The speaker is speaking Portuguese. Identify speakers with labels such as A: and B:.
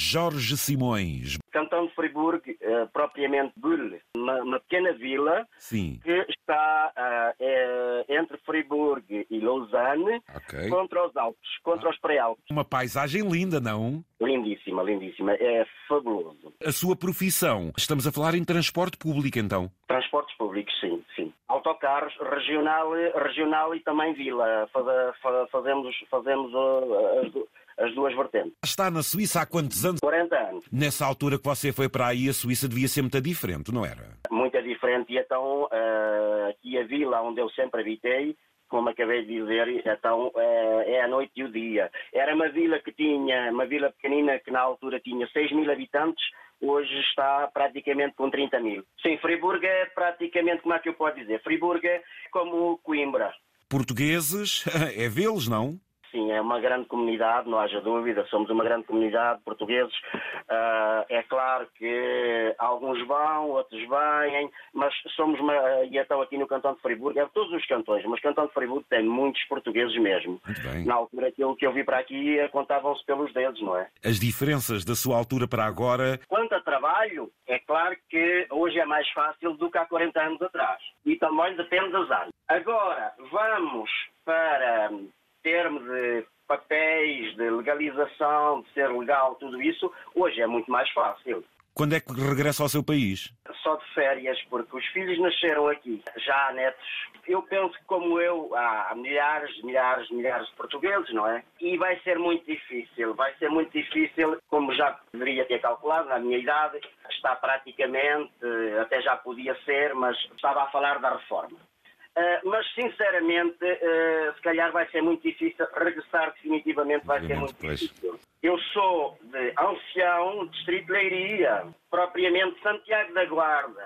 A: Jorge Simões.
B: Cantão de Friburgo, eh, propriamente Bulle, uma, uma pequena vila
A: Sim,
B: que está ah, eh, entre Friburgo e Lausanne,
A: ok.
B: contra os Alpes, contra os pré-Alpes.
A: Uma paisagem linda, não?
B: Lindíssima, lindíssima, é fabuloso.
A: A sua profissão. Estamos a falar em transporte público, então.
B: Transportes públicos, sim, sim. Autocarros, regional, regional e também vila. Faza- fa- fazemos fazemos ah, as, du- as duas vertentes.
A: Está na Suíça há quantos anos?
B: 40 anos,
A: Nessa altura que você foi para aí, a Suíça devia ser muito diferente, não era?
B: muito é diferente. E então, ah, aqui a vila onde eu sempre habitei, como acabei de dizer, então ah, é a noite e o dia. Era uma vila que tinha, uma vila pequenina que na altura tinha 6 mil habitantes, hoje está praticamente com 30 mil. Sim, Friburgo é praticamente, como é que eu posso dizer? Friburgo é como Coimbra.
A: Portugueses, é vê-los, não?
B: Sim, é uma grande comunidade, não haja dúvida, somos uma grande comunidade de portugueses. Ah, é claro que alguns vão, outros vêm, mas somos, uma, e então aqui no Cantão de Friburgo, é de todos os cantões, mas o Cantão de Friburgo tem muitos portugueses mesmo.
A: Muito bem.
B: Na altura, aquilo que eu vi para aqui eh, contavam-se pelos dedos, não é?
A: As diferenças da sua altura para agora,
B: Quanto a trabalho, é claro que hoje é mais fácil do que há 40 anos atrás. E também depende das áreas. Agora, vamos para hum, termos de papéis, de legalização, de ser legal, tudo isso, hoje é muito mais fácil.
A: quando é que regressa ao seu país?
B: Só de férias, porque os filhos nasceram aqui, já há netos. Eu penso que, como eu, há milhares, milhares, milhares de portugueses, não é? E vai ser muito difícil, vai ser muito difícil, como já deveria ter calculado, na minha idade, está praticamente, até já podia ser, mas estava a falar da reforma. Ah, mas, sinceramente, ah, se calhar vai ser muito difícil regressar definitivamente, vai ser
A: Obviamente,
B: muito
A: pois.
B: difícil. Eu eh, sou de Ancião, Distrito de Leiria, propriamente Santiago da Guarda.